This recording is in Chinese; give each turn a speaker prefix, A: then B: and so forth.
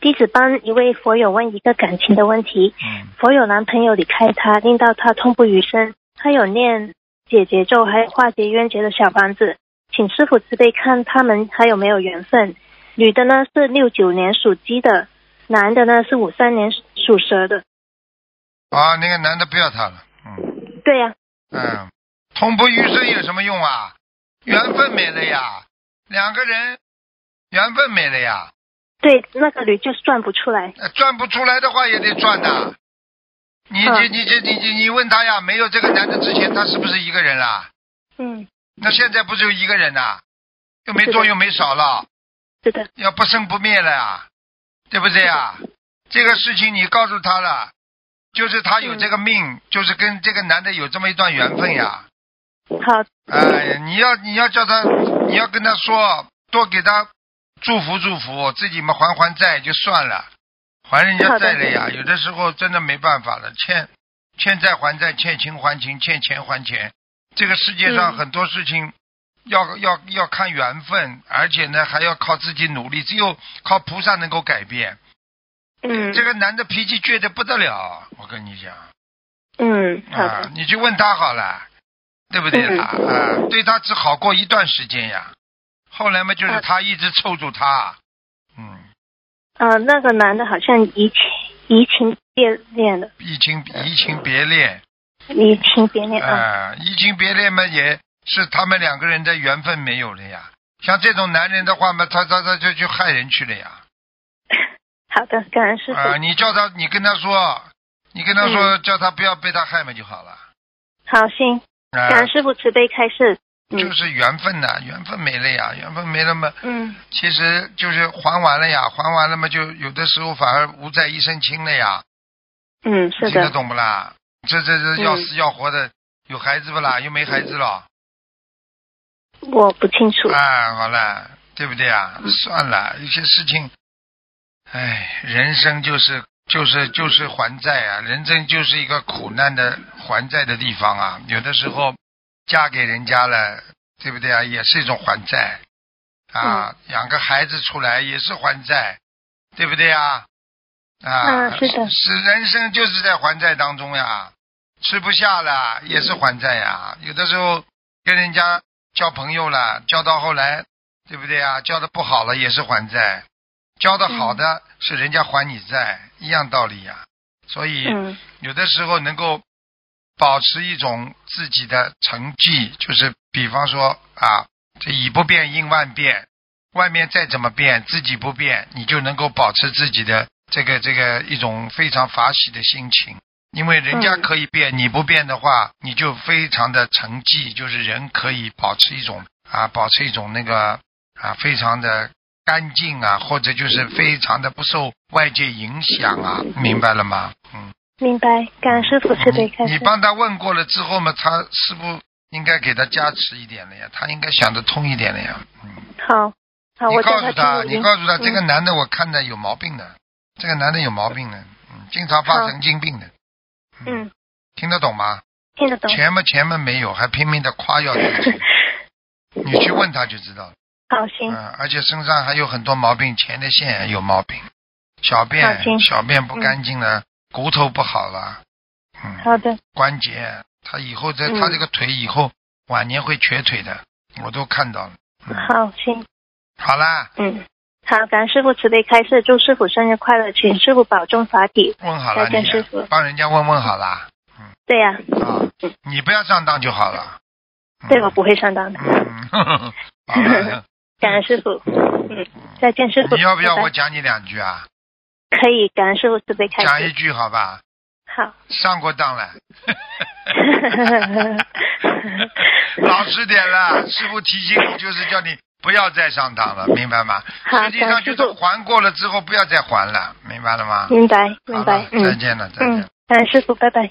A: 弟子帮一位佛友问一个感情的问题，
B: 嗯
A: 佛友男朋友离开她，令到她痛不欲生。她有念解结咒，还有化解冤结的小房子，请师傅慈悲看他们还有没有缘分。女的呢是六九年属鸡的，男的呢是五三年属蛇的。
B: 啊，那个男的不要他了，嗯
A: 对呀、
B: 嗯，痛不欲生有什么用啊？缘分没了呀，两个人缘分没了呀，
A: 对，那个女就是转不出来。
B: 呃赚不出来的话也得赚的。你你
A: 嗯
B: 你你你你你问他呀，没有这个男的之前，他是不是一个人啦？
A: 嗯，
B: 那现在不只有一个人呐、又没
A: 是
B: 多
A: 的
B: 又没少了，
A: 是的，
B: 要不生不灭了呀，对不对呀？这个事情你告诉他了，就是他有
A: 嗯
B: 这个命，就是跟这个男的有这么一段缘分呀。
A: 好，
B: 哎，你要你要叫他，你要跟他说，多给他祝福祝福，自己嘛还还债就算了，还人家
A: 好的
B: 债了呀。有的时候真的没办法了，欠欠债还债，欠情还情，欠钱还钱。这个世界上
A: 嗯
B: 很多事情要、要要看缘分，而且呢还要靠自己努力，只有靠菩萨能够改变。
A: 嗯，
B: 这个男的脾气倔得不得了，我跟你讲。
A: 嗯，好
B: 啊
A: 的，，嗯
B: 你去问他好了，对不对啦？啊，对他只好过一段时间呀。后来嘛，就是
A: 啊
B: 他一直凑住他，嗯，
A: 呃，那个男的好像移情移情别恋了，
B: 移情
A: 嗯
B: 移情别恋，
A: 移情别恋啊，
B: 啊，移情别恋嘛，也是他们两个人的缘分没有了呀。像这种男人的话嘛，他他他就去害人去了呀。
A: 好的，感恩师傅，
B: 啊，你叫他，你跟他说，你跟他
A: 嗯
B: 说，叫他不要被他害嘛就好了。
A: 好行，
B: 啊
A: 感，恩师傅慈悲开示，
B: 就
A: 嗯
B: 是缘分呐，缘分没了呀，缘分没了嘛。
A: 嗯
B: 其实就是还完了呀，还完了嘛，就有的时候反而无债一身轻了呀，
A: 嗯，是
B: 听得
A: 的，
B: 懂不啦？这这这要
A: 嗯
B: 死要活的，有孩子不啦？又没孩子了，
A: 我不清楚，
B: 啊，好了，对不对啊？
A: 嗯
B: 算了，有些事情，唉，人生就是就是就是还债啊，人生就是一个苦难的还债的地方啊。有的时候嫁给人家了，对不对啊？也是一种还债
A: 嗯
B: 啊，养个孩子出来也是还债，对不对啊？啊，
A: 嗯是的
B: 是人生就是在还债当中呀，吃不下了也是还债呀。有的时候跟人家交朋友了，交到后来，对不对啊？交的不好了也是还债，交的好的是人家还你债，一样道理呀。所以，
A: 嗯
B: 有的时候能够保持一种自己的成绩，就是比方说啊，这以不变应万变，外面再怎么变，自己不变，你就能够保持自己的这个这个一种非常法喜的心情。因为人家
A: 嗯
B: 可以变，你不变的话，你就非常的沉寂，就是人可以保持一种啊，保持一种那个啊，非常的干净啊，或者就是非常的不受外界影响啊，明白了吗？嗯。
A: 明白，感恩师傅慈悲开
B: 你
A: 示
B: 你，帮他问过了之后嘛，他师傅应该给他加持一点了呀，他应该想得通一点了呀。
A: 好，好，
B: 你
A: 啊我叫
B: 告
A: 他
B: 诉
A: 听录
B: 你
A: 音，
B: 告诉他，
A: 嗯
B: 这个男的我看着有毛病的，这个男的有毛病的，嗯，经常发
A: 好
B: 神经病的，
A: 嗯，
B: 听得懂吗？
A: 听得懂，
B: 钱嘛钱嘛没有，还拼命的夸耀自己，你去问他就知道了。
A: 好行，
B: 嗯，而且身上还有很多毛病，前列腺也有毛病，小
A: 好
B: 便
A: 行嗯
B: 小便不干净了，骨头不好了，嗯，
A: 好的，
B: 关节，他以后这
A: 嗯
B: 他这个腿以后晚年会瘸腿的，我都看到了。 嗯
A: 好行，
B: 好啦，
A: 嗯，好，感恩师傅慈悲开示，祝师傅生日快乐，请师傅保重法体，
B: 问好了
A: 再见
B: 你
A: 师傅
B: 帮人家问问好啦
A: 对呀，
B: 啊，你不要上当就好了。嗯
A: 对我不会上当的，
B: 嗯， 好 了，
A: 感恩师傅，嗯，再见师傅，
B: 你要不要
A: 拜拜
B: 我讲你两句啊？
A: 可以，感恩师傅慈悲开
B: 讲一
A: 示。
B: 句好吧？
A: 好，
B: 上过当 了。 老实点了，师傅提醒你就是叫你不要再上当了，明白吗？
A: 好
B: 实际上
A: 感
B: 就
A: 谢
B: 是还过了之后不要再还了，明白了吗？
A: 明白，明
B: 好
A: 白
B: 了，，
A: 嗯
B: 再见了，再见了
A: 嗯。，感恩师傅，拜拜。